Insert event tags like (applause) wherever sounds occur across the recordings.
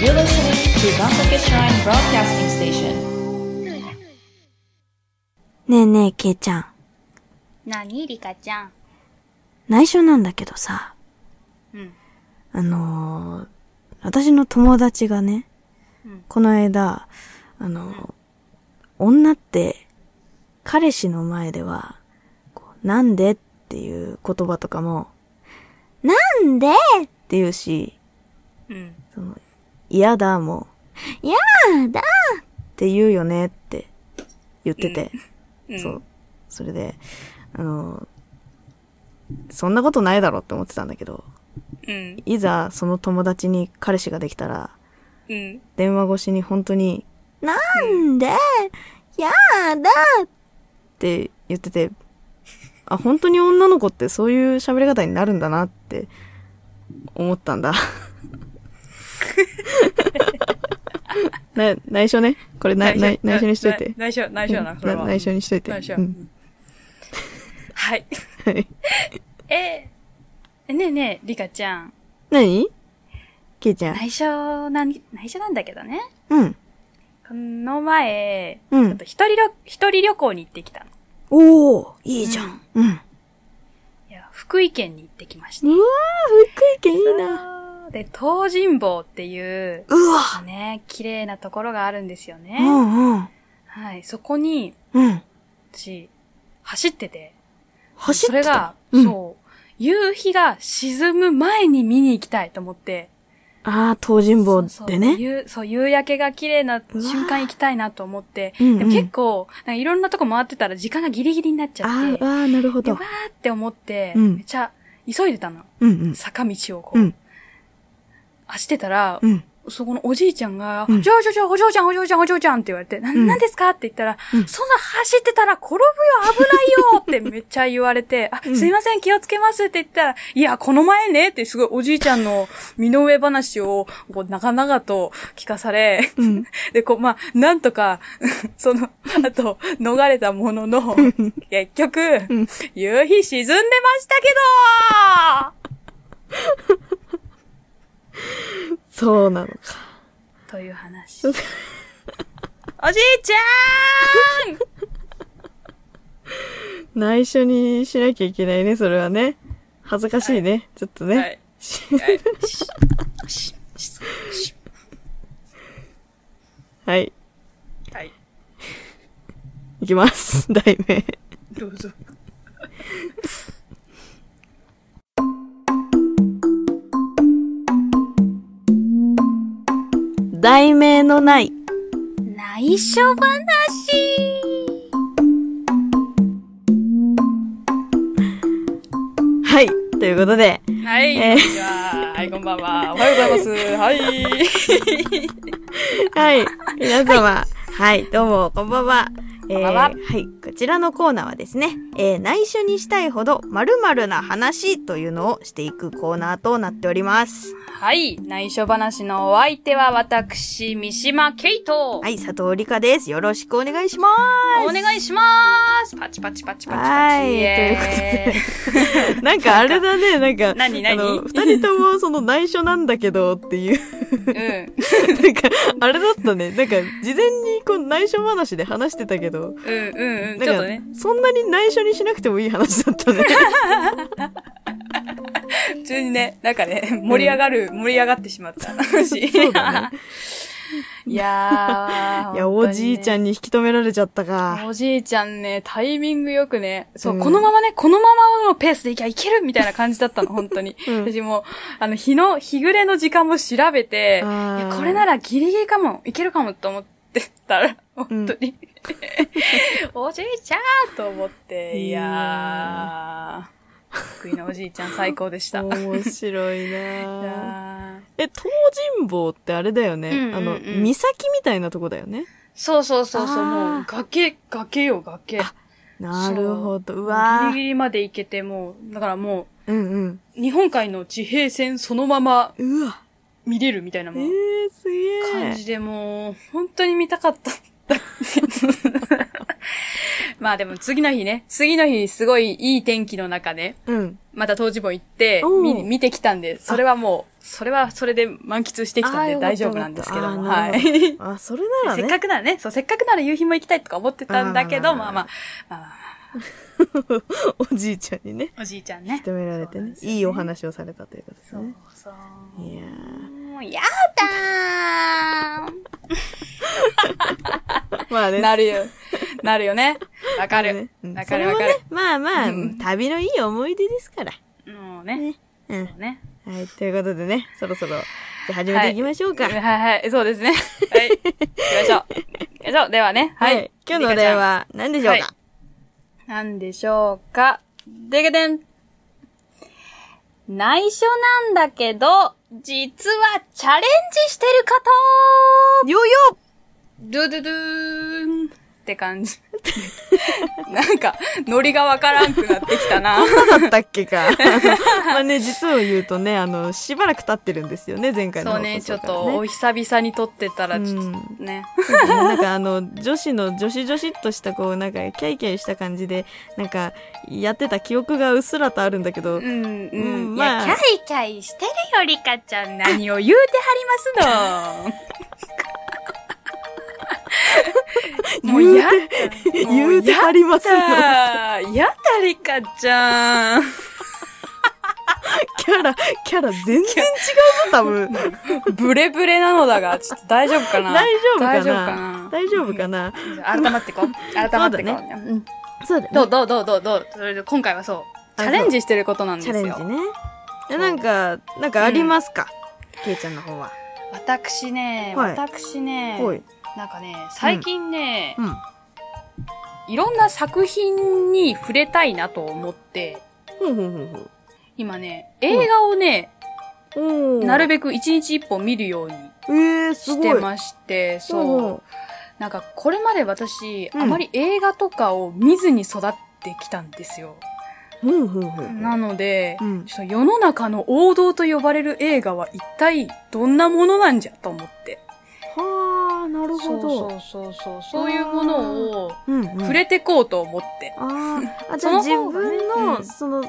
You're listening to Gansake Shrine Broadcasting Station. ねえねえ、ケイちゃん。なにリカちゃん。内緒なんだけどさ、うん。あのー、私の友達がね、うんこの間、あのー、女って、彼氏の前では、こうなんでっていう言葉とかも、なんでっていうし、うん。その、嫌だも、嫌だって言うよねって言ってて、うんそう。それで、あの、そんなことないだろって思ってたんだけど、うん。いざその友達に彼氏ができたら、うん。電話越しに本当に、なんで、やだって言ってて、あ、本当に女の子ってそういう喋り方になるんだなって思った (laughs) んだ。な内緒ね。これな内内緒にしといて。内緒、内緒な、それなは。内緒にしといて。内緒。ううんんはい。はい。え、ねえねえ、リカちゃん。何ケイちゃん。内緒なん、内緒なんだけどね。うん。この前、うんちょっと一人旅、一人旅行に行ってきたの。おおいいじゃん。うん。うわいや、福井県に行ってきましー、た。福井県いいな。なで、東尋坊っていう、うわね、綺麗なところがあるんですよね。うんうん。はい。そこに、うん。私、走ってて。走ってたそれが、うんそう、夕日が沈む前に見に行きたいと思って。ああ、東尋坊そうでそうね。夕そう、夕焼けが綺麗な瞬間行きたいなと思って。うんうんでも結構、なんかいろんなとこ回ってたら時間がギリギリになっちあゃっーあて。ー、なるほで、どわ。ーって思って、うんめっちゃ急いでたの。うんうん。坂道をこうう、ん。走ってたら、うん。そこのおじいちゃんが、うんちょちょちょ、お嬢ちゃん、お嬢ちゃん、お嬢ちゃんって言われて、な、んなんですかって言ったら、うんそんな走ってたら転ぶよ、危ないよって (laughs) めっちゃ言われて、あ、んすいません、気をつけますって言ったら、いや、この前ねってすごいおじいちゃんの身の上話を、こう、長々と聞かされ、うん。 (laughs) で、こう、まあ、なんとか、 (laughs) その、あと、逃れたものの、結局、夕日沈んでましたけそうなのか。どという (laughs) 話。おじいちゃーん内緒にしなきゃいけないね、それはね。恥ずかしいね。ちょっとね。はい。はい。はい。いきます。 (laughs) 題名。どうぞ。題名のない。内緒話はい。ということで、はい。こえーんにちははい、こんばんは。おはようございます。はい。はい。皆様。はい。どうも、こんばんは。えー。んばんはいこちらのコーナーはですね、えー、内緒にしたいほど〇〇な話というのをしていくコーナーとなっております。はい。内緒話のお相手は私、三島ケイト。はい。佐藤理香です。よろしくお願いします。お願いします。パチパチパチパチパチ。はいイエーイなんかあれだね、なんか、何何あの二人ともその内緒なんだけどっ (laughs) ていう、なんか、あれだったね。なんか、事前にこう内緒話で話してたけど、うんうんうんうん。なちょっんとかね。、そんなに内緒にしなくてもいい話だっ (laughs) たね。普通にね、なんかね、盛り上がる、盛り上がってしまった話。そうだね。 (laughs) いやー。いや、おじいちゃん。んに引き止められちゃったか。おじいちゃんね、タイミングよくね、そう、うんこのままね、このままのペースでいきゃいけるみたいな感じだ (laughs) ったの、本当に。うん私もう、あの、日の、日暮れの時間も調べて、いあーやこれならギリギリかも、いけるかもと思ってたら、本当に。おじいちゃんと思って、いやー。福井のおじいちゃん最高でした。 (laughs) い面白いなぁやーえ、東尋坊ってあれだよね。うんうんうんあの、岬みたいなとこだよね。そうそうそうそあーう、もう、崖、崖よ、崖。なるほど。うギわリぁ。ギリまで行けて、もう、だからもう、うんうん。日本海の地平線そのままうわ。見れるみたいなえもうー、すげえ。感じでもう、本当に見たかった。 (laughs) まあでも次の日ね、次の日すごいいい天気の中ね、うん。また当時も行ってお、う見見てきたんで、それはもう、それはそれで満喫してきたんであー大丈夫なんですけども、よかはったい。よかったあーなるほどあ、それな (laughs) らせね。っかくならね、そう、せっかくなら夕日も行きたいとか思ってたんだけあど、ーまあまあ、まあまおじいちゃんにね、あ、おじいちゃんね。認められてそうなんねで。すよいいお話をされたということですそうね。そう。いやもう、やだー。まあーね。なるよ。なるよね。わかねる。うんわそかれるわもかねる。、まあまあ、うん旅のいい思い出ですから。もうね。ね。うんも。うね。はい、ということでね、そろそろ、じゃあ始めていきましょうか。はいはい、そう (laughs) ですね。はい。行きましょう。行きましょう。ではね、ははいい。。今日のお題は何でしょうはかなんでしょうか。でけでん。内緒なんだけど、実はチャレンジしてる方ヨーヨドゥドゥドゥーンって感じ。 (laughs) なんか、ノリがわからんくなってきた (laughs) な。ーそうだったっ (laughs) けか。まあね、実を言うとね、あの、しばらく経ってるんですよね、前回のそう放送ね、ちょっからと、お久々に撮ってたら、ちょっうんとね。そうだねなんかあの、女子の女子女子っとしたこう、なんかキャイキャイした感じで、なんか、やってた記憶がうっすらとあるんだけど、うん、ううんん。いまや、あキャイキャイしてるよ、リカちゃん。何を言うてはります (laughs) の。もうやだ。も言うてはりますのやだ。やだ、リカちゃん。キャラ、キャラ全然違うぞ、(laughs) 多分。ブレブレなのだが、ちょっと大丈夫かな大丈夫か大丈夫な大丈夫かな改まってこう。改まってこう。そうだうんそうだねどうどうどうどうどうそれで今回はそう。あチャレンジしてることなんでチすャよ。レンジね。えなんか、なんかありますか、けいちゃんの方は。私ね、はい私ね、はい。なんかね、最近ね、うん。いろんな作品に触れたいなと思って、ほうほうほうほう。今ね、映画をね、おーなるべく一日一本見るようにえー、すしごい。てまして、そう。なんかこれまで私、うんあまり映画とかを見ずに育ってきたんですよ。ほうほうほう。なので、うんちょっと世の中の王道と呼ばれる映画は一体どんなものなんじゃと思って。はあ、なるほど。そうそうそうそう。そういうものをうん、うん。触れてこうと思って。あー (laughs) あ、じそゃあの自方がね分の、うんその、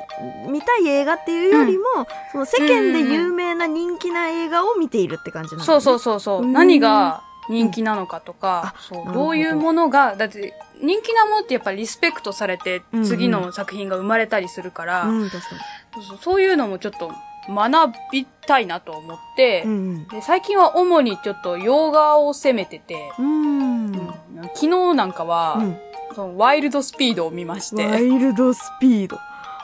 見たい映画っていうよりも、その世間でうんうんうん有名な人気な映画を見ているって感じなの、ねそうそうそうそうう。ん何が人気なのかとか、そなうるほどどういうものが、だって人気なものってやっぱりリスペクトされてうんうん次の作品が生まれたりするから、うん、確かそうそうそういうのもちょっと学びたいなと思って、に。うんで最近は主にちょっと洋画を攻めてて、うん。うん。昨日なんかは、そのワイルドスピードを見ましワて、イルドスピード。あ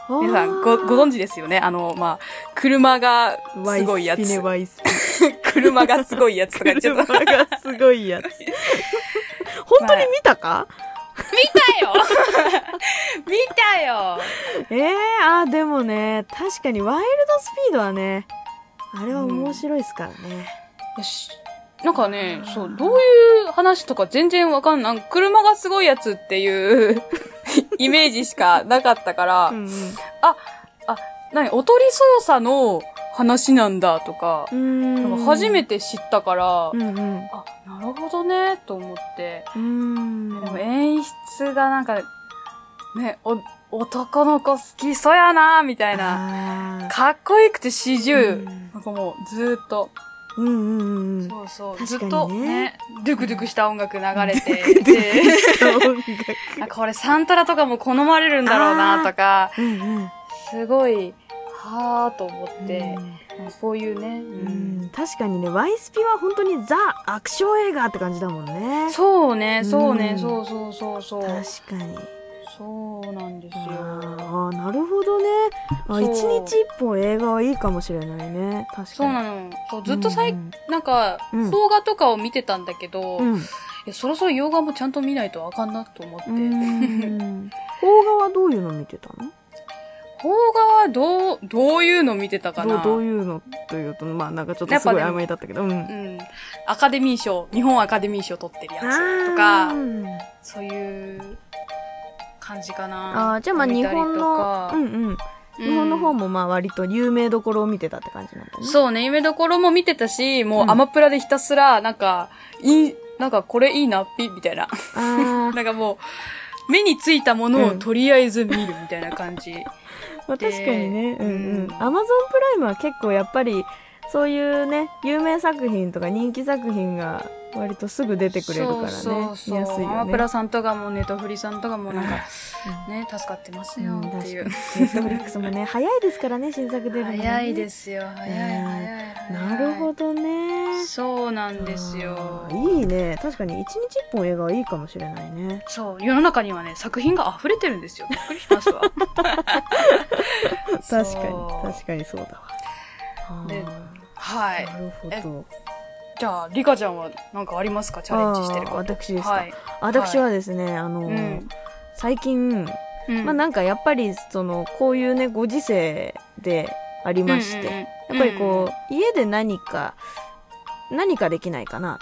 ー皆さんご、ご存知ですよねあの、まあ、車がすごいやワイスピネつ。ワイスピネ (laughs) 車がすごいやつとか言っちゃっ車た。 (laughs) 見がすご (laughs) いやつ。本当に見たか、たよ見たよええあーでもね、確かにワイルドスピードはね、あれは面白いですからね。よしなんかね、そう、どういう話とか全然わかんない。車がすごいやつっていう (laughs) イメージしかなかったから、うんうん何、おとり捜査の話なんだとか、なんか初めて。て知ったからう、んうん。あ、なるほどね、と思って。うん。でも演出がなんか、ね、お、男の子好きそうやな、みたいな。なかっこよくて四十、うんなんかもう、ずーっと。うんうんうん。そうそう。確かにずねっとね、ドゥクドゥクした音楽流れて、であ、これサントラとかも好まれるんだろうな、とか、うんうんすごい、はーと思って、そういうね、ううんん、確かにね、ワイスピは本当にザ・アクション映画って感じだもんね。そうね、そうね、うんそうそうそうそう。確かに。そうなんですよ。ああ、なるほどね。そあ、う一日一本映画はいいかもしれないね。確かに。そうなの。そうずっと最、うんなんか、うん邦画とかを見てたんだけど、うん。いやそろそろ洋画もちゃんと見ないとあかんなと思って。うん。 (laughs) 邦画はどういうの見てたの邦画はどう、どういうの見てたかなどうどういうのというと、まあなんかちょっとすごいやっぱで曖も昧だったけど、うんう。ん。アカデミー賞、日本アカデミー賞取ってるやつとあか、ーそういう感じかな。あーじゃあまあ見日たりと本のか、うんうん。うん日本の方もまあ割と有名どころを見てたって感じなんだね。そうね、夢どころも見てたし、もううんアマプラでひたすら、なんか、いい、なんかこれいいな、ピみたいな。 (laughs) あなんかもう、目についたものをとりあえず見るみたいな感じ。まあ、確かにね、ううんんうん。アマゾンプライムは結構やっぱり、そういうね、有名作品とか人気作品が割とすぐ出てくれるからね。そうそうそう。見やすいアよマね。プラさんとかもネトフリさんとかもなんか、ね、助かってますうよん、確っかてに。いネう。ットフリックスもね、早いですからね、新作出るの、ね。。早いですすよ。早いね早い早い。なるほどね。そうなんですよあ。ーいいね。確かに、一日一本映画はいいかもしれないね。そう、世の中にはね、作品が溢れてるんですよ。びっくりしますわ。そう確かに、確かにそうだわ。あーではい。なるほど。じゃあ、リカちゃんは何かありますかチャレンジしてるあーこと。私ですかはい。私はですね、あのー、うん最近、うんまあなんかやっぱりそのこういうねご時世でありまして、うんうんうんやっぱりこう、家で何か何かできないかな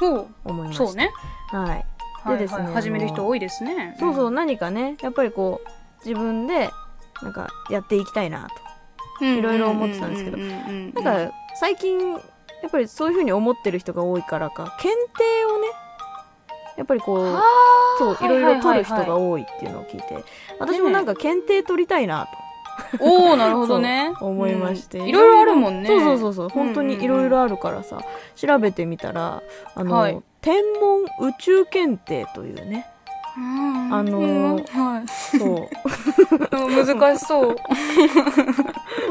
うんほと思いまう、したそうね。はい、はいでですねはい始める人多いですね。そうそううん、何かねやっぱりこう自分でなんかやっていきたいないろいろ思ってたんですけどとななんか最近やっぱりそういうふうに思ってる人が多いからか検定をねやっぱりこうそういろいろ取る人が多いっていうのを聞いて私もなんか検定取りたいなとおおなるほどね。 (laughs) そう思いまして、うんいろいろあるもんね。そうそうそうそう本当にいろいろああるからさ、調べてみたらあの、はい天文宇宙検定というねる。うんあのーはいそう (laughs) (laughs) 難しそう。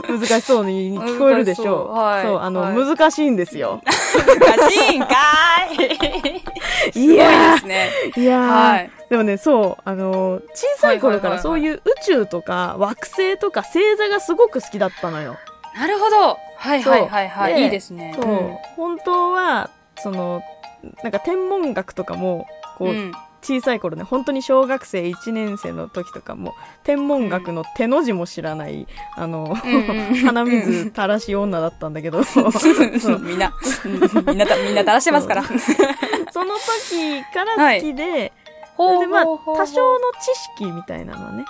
難しそうに聞こえるでしょ難うしそうはいそうあの、はい難しいんですよ難しいんかーい。いすごいでやすね。ーいやー、はいでもねそうあの小さい頃かはいはらいそはういいう宇宙とか惑星とか星座がすごく好きだったのよ、なるほど。はいはいはいはそうい。でいいですね。そう、本当はそのなんか天文学とかもこう、うん。うん小さい頃ね本当に小学生1年生の時とかも天文学の手の字も知らない、あの、うんうん鼻水垂らし女だったんだけどそう (laughs) そうみん (laughs) な、うんみんなた、みんな垂らしてますから。その時から好きで、それでまあ多少の知識みたいなのはね、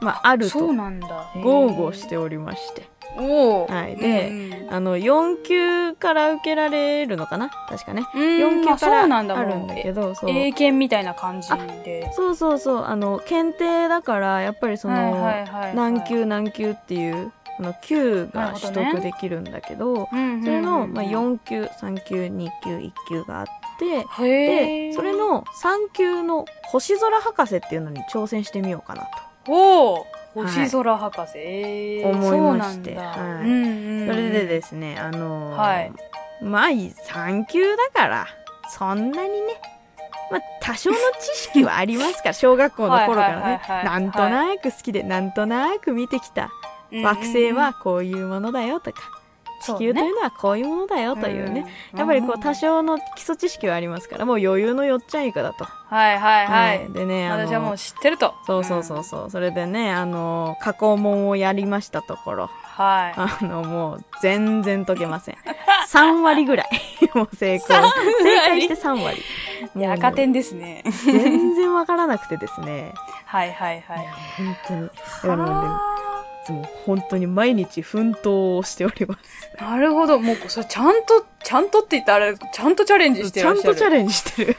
まあ、あるそうとなんだ。。豪語してておりましておお。はいでうんうんあの4級から受けられるのかな確かねうん、 4まあ級かそうらなんだあるんもうだけどそう英検みたいな感じで。そうそうそうあの検定だからやっぱりその、はいはいはいはい何級何級っていうあの級なるほがど取ね得できるんだけどうんうんうんそれの、まあ、4級3級2級1級があってへでえ。それの3級の星空博士っていうのに挑戦してみようかなおお星空博士。ええ。思いましてそうなんだはいうんうんうとんそれでですねあのーはいまあ3級だからそんなにねまあ、多少の知識はあり (laughs) ますから小学校の頃かはいはいはいらはいねなんとなく好きでなんとなく見てきたうんうん惑星はこういうものだよとかそう地ね球というのはこういうものだよというね、やっぱりこう多か少の基礎知識はありますからもう余裕のよっちゃん以下だと。はいはいははいい。でねあの私はもう知ってると。そうそうそうそう、それでねあの加工問をやりましたところうん。はい。あのもう全然解けません3割ぐらい (laughs) もう成功3割正解して3割いや、もう赤点ですね。 (laughs) 全然わからなくてですねはいはいはい。本当にあのでも本当に毎日奮闘をしておりますなるほど。もう、それちゃんと、ちゃんとって言ったらあれ、ちゃんとチャレンジしてちらゃっしんゃとる。チャレンジしてる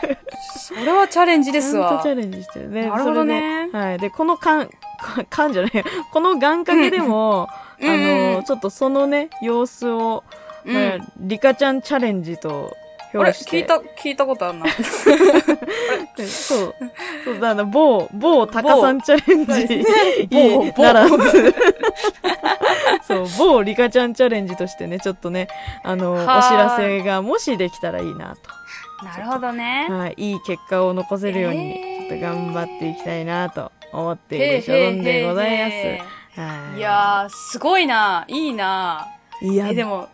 それはチャレンジですちゃんわとチ。ャレンジしてるね。なるほどねそれではい。で、この缶、 (laughs) か缶じゃないよ。この願掛けでも、あうんうんうの、んちょっとそのね、様子を、うんまあリカちゃんチャレンジとあれ表して。聞いた、聞いたことあ (laughs) るな。うんそう。 (laughs) そうだな、某、某タカさんチャレン (laughs) ジ某某ならず。そう、某リカちゃんチャレンジとしてね、ちょっとね、あの、お知はーいらせがもしできたらいいなと。なるほどね。はい、いい結果を残せるように、えーちょっと頑張っていきたいなと思っていへるー所存でございへます。はーい。いやー、すごいな。いいな。いやえ、ででも、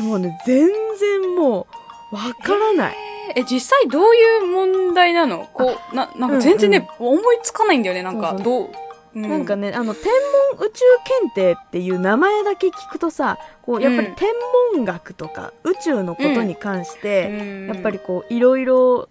も、ね、全然もう、わからない。え、実際どういう問題なのこう、な、なんか全然ね、思いつかないんだよね。なんか、そうどう。うなんか、ね、あの、天文宇宙検定っていう名前だけ聞くとさ、こう、やっぱりうん天文学とか宇宙のことに関して、ややっぱり、こう、いろいろ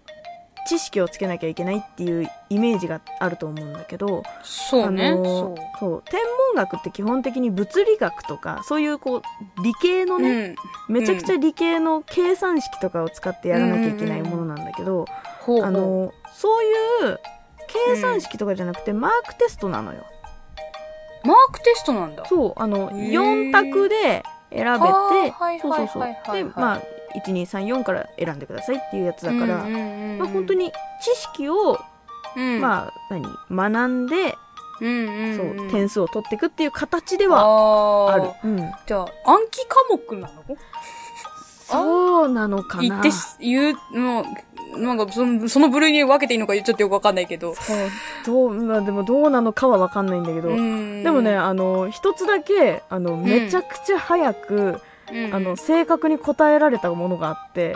知識をつけなきゃいけないっていうイメージがあると思うんだけど、そうね。あのそそう天文学って基本的に物理学とかそういうこう理系のう。ね、うん。めちゃくちゃ理系の計算式とかを使ってやらなきゃいけないものなんだけど、ほうほう。あのそういう計計算式とかじゃなくて、マークテストなのよ。マークテストなんだ。そう、あの、へー4択で選べあーてはい、そうそうそはいはう。いはいはで、いまあ、1234から選んでくださいっていうやつだから、うんうんうんまあ本当、に知識を、うん、まあ、何、学んで、うんうんそうう、ん、点数を取っていくっていう形でははある。うん。じゃあ、暗記科目なのそうなのかな。言ってし、言う、もう、なんかその、その部類に分けていいのか言っちゃってよくわかんないけど。そうどう、まあでもどうなのかはわかんないんだけど、ででもね、、あの、一つだけ、あの、めちゃくちゃ早く、うんあの、、正確に答えられたものがあって、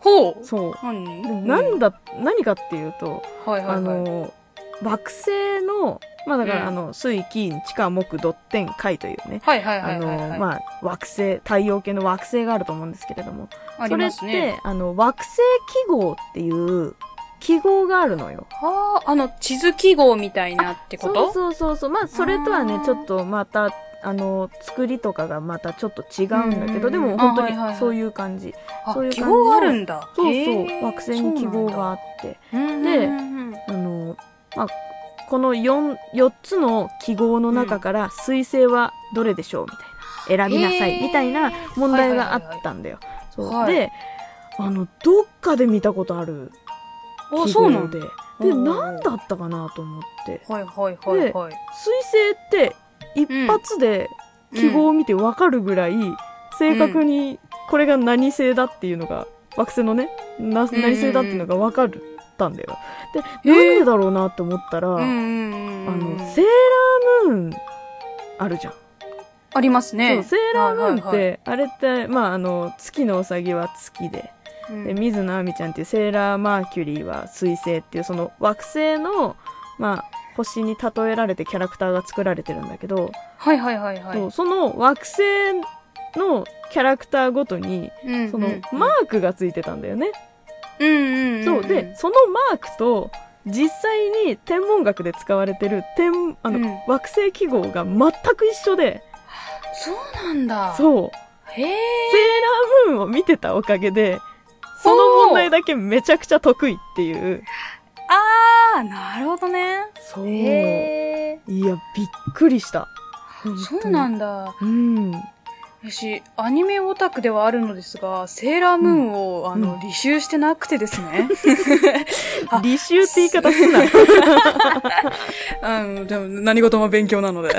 ほう。そう。何でなんだ、何かっていうと、うんはいはいはい。あの、惑星の、まあだから、うんあの、水、金、地下、木、土、天、海というね、はいはいはあいの、はいはい。まあ、惑星、太陽系の惑星があると思うんですけれども、ありそれっますね。て、あの、惑星記号っていう記号があるのよ。はあ、あの、地図記号みたいなってこそうとそうそうそう。まあ、それとはあね、ーちょっとまた、あの、作りとかがまたちょっと違うんだけど、うんでも本当あはいはいはにいそういう感じ。あそういう感じ記の号があるんだ。そうへそーう。惑星に記号があって。そうなんだでうんうんうんあの、まあ、この4、4つの記号の中から、水星はどれでしょうみたいな。選びなさへい。ーみたいな問題があったんだよ。そう。はいで、あの、どっかで見たことあるうんあ、記そうな号んだ。で。おうで、おうなんだったかなと思って。はいはいはいはい。水星って一発で記号を見てわかるぐらい正確にこれが何星だっていうのが惑星のねなうん何星だっていうのがわかるったんだよ。でへなーんでだろうなって思ったら、うんあうんうんうんのセーラームーンあるじゃん。ありますそね。うセーラームーンって、はいはいあれってまああの月のうさぎは月でうんで水野亜美ちゃんっていうセーラーマーキュリーは水星っていうその惑星のまあ星に例えられてキャラクターが作られてるんだけど、はいはいはいはい。そうその惑星のキャラクターごとにうんそのうんマークがついてたんだよね。うんうんうん、そうでそのマークと実際に天文学で使われてる天あの、うん惑星記号が全く一緒でそうなんだ。う。そうへえ。セーラームーンを見てたおかげでその問題だけめちゃくちゃ得意っていうあー、なるほどね。そういやへえ。びっくりしたそうなんんだ。うん私、アニメオタクではあるのですが、セーラームーンを、あの、うん履修してなくてですね。 (laughs) あ履修って言い方すなうん、でも何事も勉強なので。 (laughs)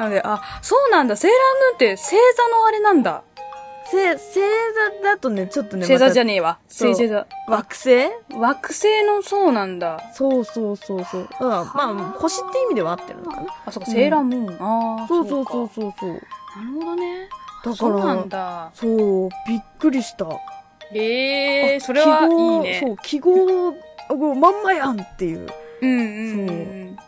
なので、あ、そうなんだ。セーラームーンって星座のあれなんだ。せ星座だとねちょっとね星座じゃまねえわ。そう星星座。た惑星惑星のそうなんだ。そうそうそうそう。だから、まあ、星って意味では合ってるのかな。あ、そっか、うんセーラームーン。ああ、そうそうそううそうそう。か。なるほどね。だかそうならん、だ。そう、びっくりした。ええあそれはい記い号ね。そう、記号をまんまやんっていう。うんうんうん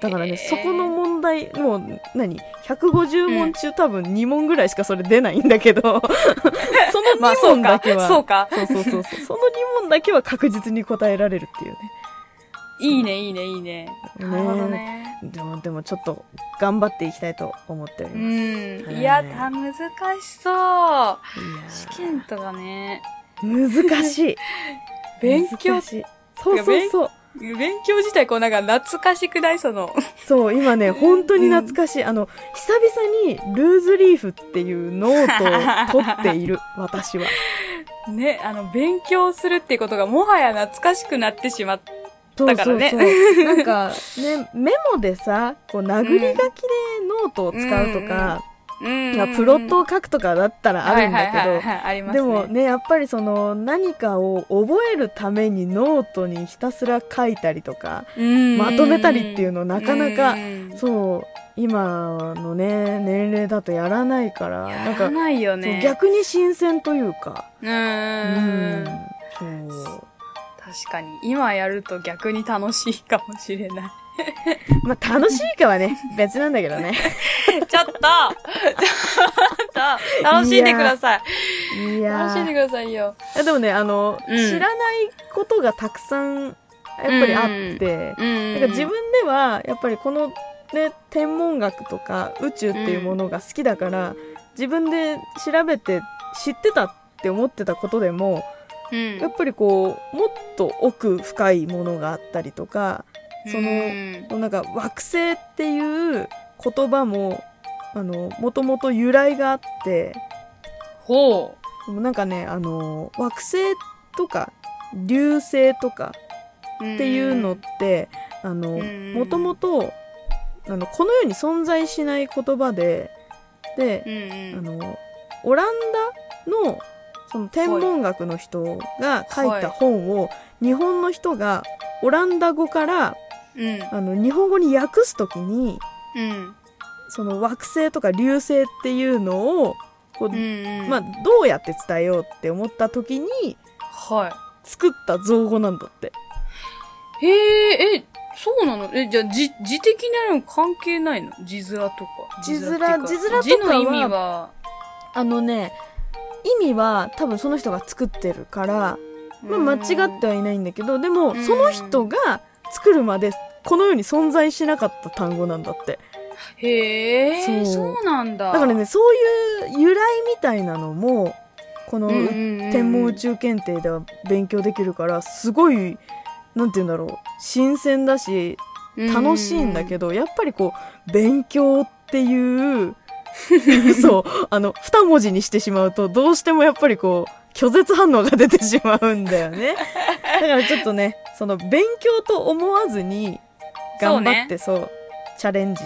だからね、へーそこの問題、もう、何 ?150 問中、多分2問ぐらいしかそれ出ないんだけ (laughs) ど、そのうん。まあ2そう問だかけは、、そうか。そうそうそう (laughs) そうその2問だけは確実に答えられるっていういいね、いいね、いいね。ね。なるほどね。ね。でも、でもちょっと、頑張っていきたいと思っておりうます。ん。はいいや、た、難しそう。いやー試験とかね。難しい。 (laughs) 勉強難しいそうそうそう。勉強自体、こうなんか懐かしくないその。 (laughs) そう、今ね、本当に懐かしい。あの、久々にルーズリーフっていうノートを取って (laughs) いる、私は。ね、あの、勉強するっていうことがもはや懐かしくなってしまった。そうだかそらうねそう。なんか、ね、メモでさ、こう、殴り書きでノートを使うとか、うんまあプロットを書くとかだったらあるんだはいはいはいけはいはいありど、ますでね。もね、やっぱりその、何かを覚えるためにノートにひたすら書いたりとか、うん、まとめたりっていうのなかなかうんそう、今のね、年齢だとやらないから、なやんらか、ないよそうね。逆に新鮮というか。うんうんうん。うんそう。確かに。今やると逆に楽しいかもしれ (laughs) ない。まあ、楽しいかはね、別なんだけどね。 (laughs) ちょっとちょっと楽しんでください。いや楽しんでーくださいよ。あでもね、あの、うん知らないことがたくさん、やっぱりあって、うん。なんか自分では、やっぱりこの、ね、天文学とか宇宙っていうものが好きだから、自分で調べて知ってたって思ってたことでも、うんやっぱりこうもっと奥深いものがあったりとかそのうんなんか惑星っていう言葉もあのもともと由来があってほう。でもなんかねあの惑星とか流星とかっっていうのってあのうんもともとあのこの世に存在しない言葉ででう、んあうん。のオランダのその天文学の人が書いた本を日本の人がオランダ語からうん。あの日本語に訳すときにうん。その惑星とか流星っていうのをこう、うん。まあ、どうやって伝えようって思った時には作った造語なんだって。い。へえ、え、そうなのえ、じゃあ、字、字的なの関係ないの字面とか。字面っていう字面とかは字の意味は、あのね意味は多分その人が作ってるから、まあ、間違ってはいないんだけどでもうんその人が作るまでこの世に存在しなかった単語なんだってて。へえ、そうそうなんだ。だからねそういう由来みたいなのもこのうんうんうんうん、天文宇宙検定では勉強できるからすごいなんて言うんだろう新鮮だし楽しいんだけど。ど、やっぱりこう勉強っていう (laughs) そうあの二文字にしてしまうとどうしてもやっぱりこう拒絶反応が出てしまうんだよ (laughs) ねだからちょっとねその勉強と思わずに頑張ってそう,、チャレンジ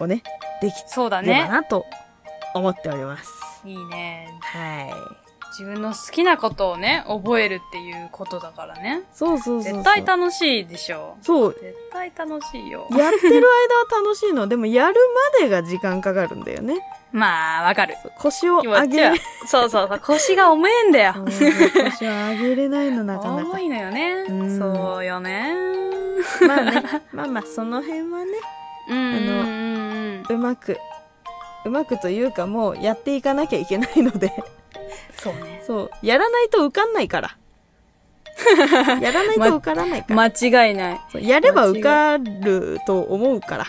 をねできそうだればね。なと思っております、いいね。はい自分の好きなことをね、覚えるっていうことだからね。そうそうそうそう絶対楽しいでしょ。そう絶対楽しいよ。やってる間は楽しいのでもやるまでが時間かかるんだよねまあ、わかる。腰を気持上ちげは。そうそうそう。腰が重いんだよそ。う私はあげれないのなか (laughs) な重かいのよねうん。そうよね。まあねまあまあその辺はねうんうんうん。うまくうまくというかもうやっていかなきゃいけないの (laughs) でそうね。そうやらないと受かんないから (laughs) やらないと受からないから、間違いない。そうやれば受かると思うから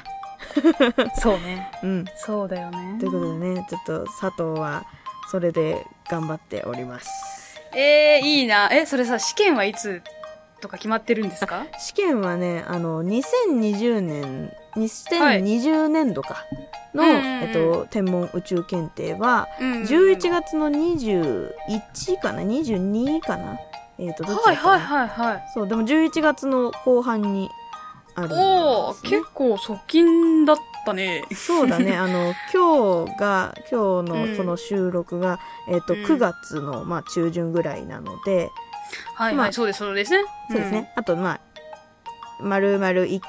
そうね。うんそうだよねということでねちょっと佐藤はそれで頑張っておりますえー、いいな。え、それさ、試験はいつとか決まってるんですか試験はねあの2020年2020年度かの、うんうんうんえっと、天文宇宙検定はうんうんうん11。月の21かな22かなえっ、とどっちはだったかいな、はいはいはい。そうでも11月の後半にあるんです、ね、おー、結構側近だったね。そうだ (laughs) ねあの今日が今日のこの収録が、えっ、とうん9月の、まあ、中旬ぐらいなので、はいまはあい、そうです、そうですね。そうですねあとまあ丸々2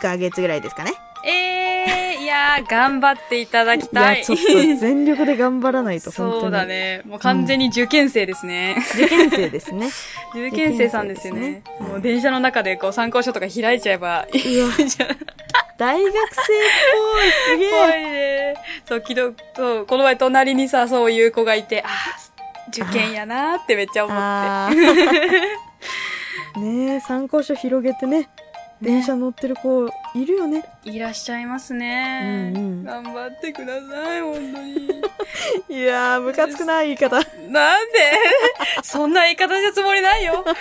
ヶ月ぐらいですかねうん。えー、いやー、頑張っていただきいたやい。ちょっと全力で頑張らないと本当に (laughs) そうだね。もう完全に受験生ですね。受験生です (laughs) ね受験生さんですよね。受験生ですねもう電車の中でこう参考書とか開いちゃえばいいいやじゃん。大学生っぽいすげ怖えいね。そう、きど、そう、この前隣にさ、そういう子がいて、あー受験やなーってめっちゃ思っあー (laughs) ねえ参考書広げてねね電車乗ってる子いるよねて。いらっしゃいますね。うんうん頑張ってください、本当に。いやームカつくない言い方なんで (laughs) そんな言い方したつもりないよ。 (laughs)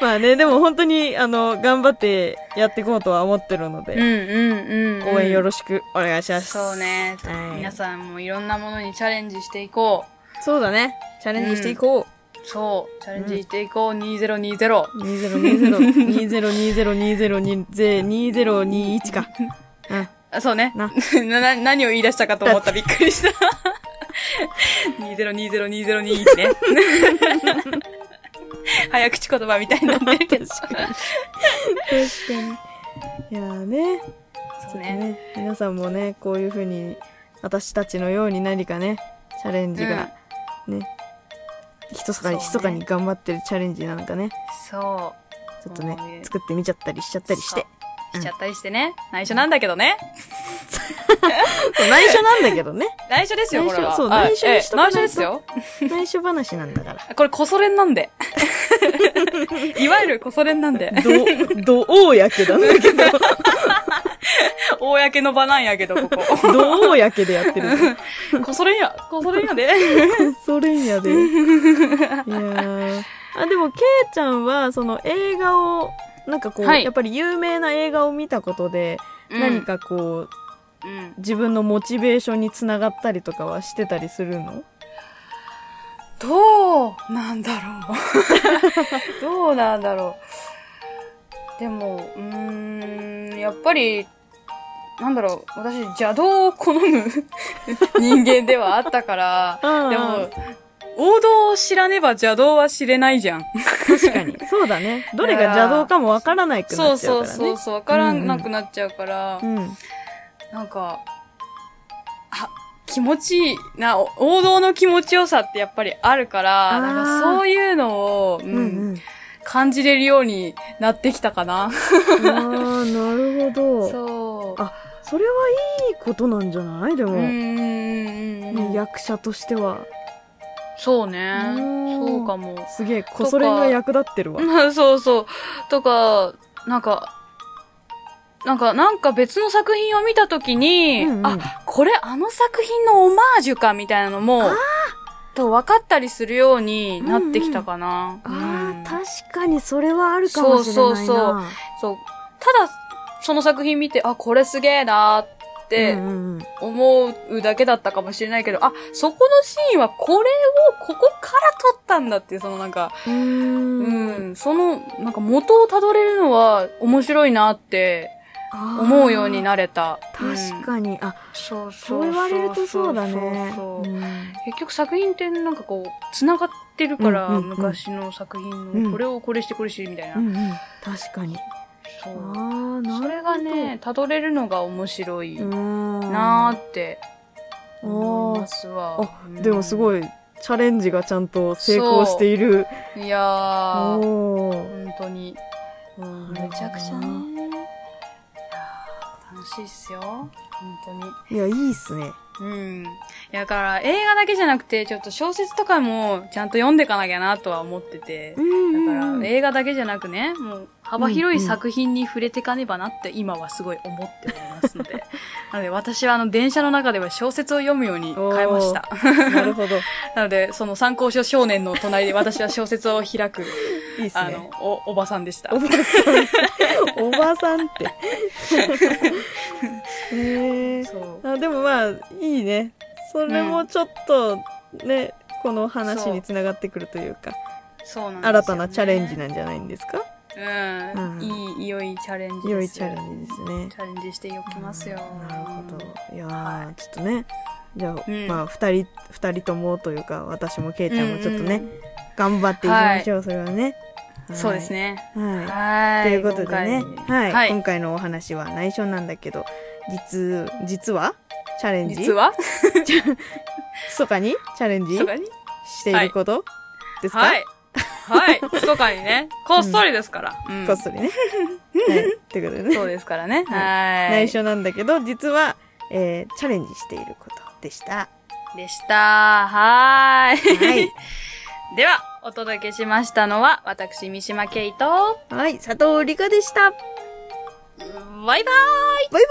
まあねでも本当にあの頑張ってやっていこうとは思ってるのうんで、うんうん。応援よしろしくお願いしますそうね。はい皆さんもいろんなものにチャレンジしていこう。そうだねチャレンジしていこそう。チャレンジしていこう、2020。う、20202020202021かうんあそうね。なな (laughs) な、何を言い出したかと思った。びっくりした。20202021ね。 (laughs) 早口言葉みたいになってるけど。確かに確かにいやーねそちょうっとね。ね、皆さんもね、こういうふうに、私たちのように何かね、チャレンジが、ね、ひそかに、ひそそうねかに頑張ってるチャレンジなんかね、そちょっとそうねね、作ってみちゃったりしちゃったりして。う。しちゃったりしてね。内緒なんだけどね。そう内緒なんだけどね。 (laughs) 内緒ですよ、内こ緒れは。そうはい内緒にしとかないとええ内緒ですよ。内緒話なん (laughs) だから。これ、こそれんなん (laughs) で。いわゆるこそれんなんで。ど、どおうやけどなんだけど。公の場なんやけど、ここ。どうやけでやってる (laughs) のこそれんや、こそれんやで。それんや (laughs) で。いやーあ、でも、ケイちゃんは、その映画を、なんかこう、はいやっぱり有名な映画を見たことで、何。かこう、うん。自分のモチベーションにつながったりとかはしてたりするのどうなんだろう。 (laughs) どうなんだろう。でも、うーん、やっぱり、なんだろう、私、邪道を好む (laughs) 人間ではあったから、うんうんでも、王道を知らねば邪道は知れないじゃん。確かに。 (laughs) そうだね。どれが邪道かもわからないくそなうっちゃそううからね。そうそう、わからうんうんなくなっちゃうから、うん。なんか、あ、気持ちいいな、お王道の気持ちよさってやっぱりあるから、あーなんかそういうのを、うんうんうん。感じれるようになってきたかな。あー、なるほど。そあそれはいいことなんじゃないでも、う。うねんうん。役者としては。そうね。うんそうかも。 (laughs) すげえ、こそれが役立ってるわ。まあそうそう。とか、なんか、なんか、なんか別の作品を見たときに、うんうんあ、これあの作品のオマージュかみたいなのも、と分かったりするようになってきたかな。あうんあ、確かにそれはあるかもしれないそな。うそうそうそう。ただ、その作品見て、あ、これすげえなーって、うんうんうん思うだけだったかもしれないけど、あ、そこのシーンはこれをここから撮ったんだっていう、そのなんか、うーんうん、その、なんか元をたどれるのは面白いなって思うようになれた。確に。かに。あ、そうそ。そうう言われるとそうだね。そうそううん結局作品ってなんかこう、繋がってるから、うんうんうん昔の作う品の、んこれをこれしてこれしてみたいな。うんうん確かに。そあう。あ、なるほど。それがね、たどれるのが面白いななーって思いますわ。あでもすごい。い、チャレンジがちゃんと成功している。いやー。おー本当に。うんめちゃくちゃね。楽しいっすよ。本当に。いや、いいっすね。うん。いやだから映画だけじゃなくて、ちょっと小説とかもちゃんと読んでかなきゃなとは思ってて。だから映画だけじゃなくね、もう幅広い作品に触れてかねばなって今はすごい思っておりますの (laughs) で。なので私はあの電車の中では小説を読むように変えました。なるほど。なので、その参考書少年の隣で私は小説を開く、いいっすあねの。、お、おばさんでしたお。ばさんって。おばさん (laughs) って。へえそう。あでもまあ、いいね。それもちょっと、ね、この話につながってくるというか、そうなんですよね新たなチャレンジなんじゃないんですかうん、うんいい、良いチャレンジです。良いチャレンジですね。チャレンジしていきますよ。なるほど。いやー、はちょっとね、じゃあ、うんまあ、二人、二人ともというか、私もケイちゃんもちょっとね、うんうん頑張っていきましょう、それはね。はいそうです。ね。は。はいい。ということでね今、回はい、はい今回のお話は内緒なんだけど、実、実はチャレンジ実は密かにチャレンジ密かにしていること、ですか、はい。はい。密かにね。こっそりですから。うんこっそりね。はい。ということでね、そうですからね。はいはい。内緒なんだけど、実は、えーチャレンジしていることで (laughs) した。でした。はーい。はい。 (laughs) では、お届けしましたのは、私、三島慶と、はい、佐藤理香でした。バイバイバーイバイ、またね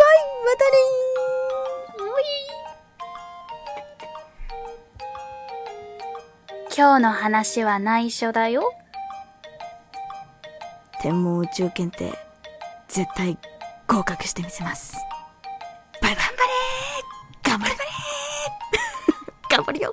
ー今日の話は内緒だよ。天文宇宙検定絶対合格してみせますバイバイ頑張れ頑張れ (laughs) 頑張るよ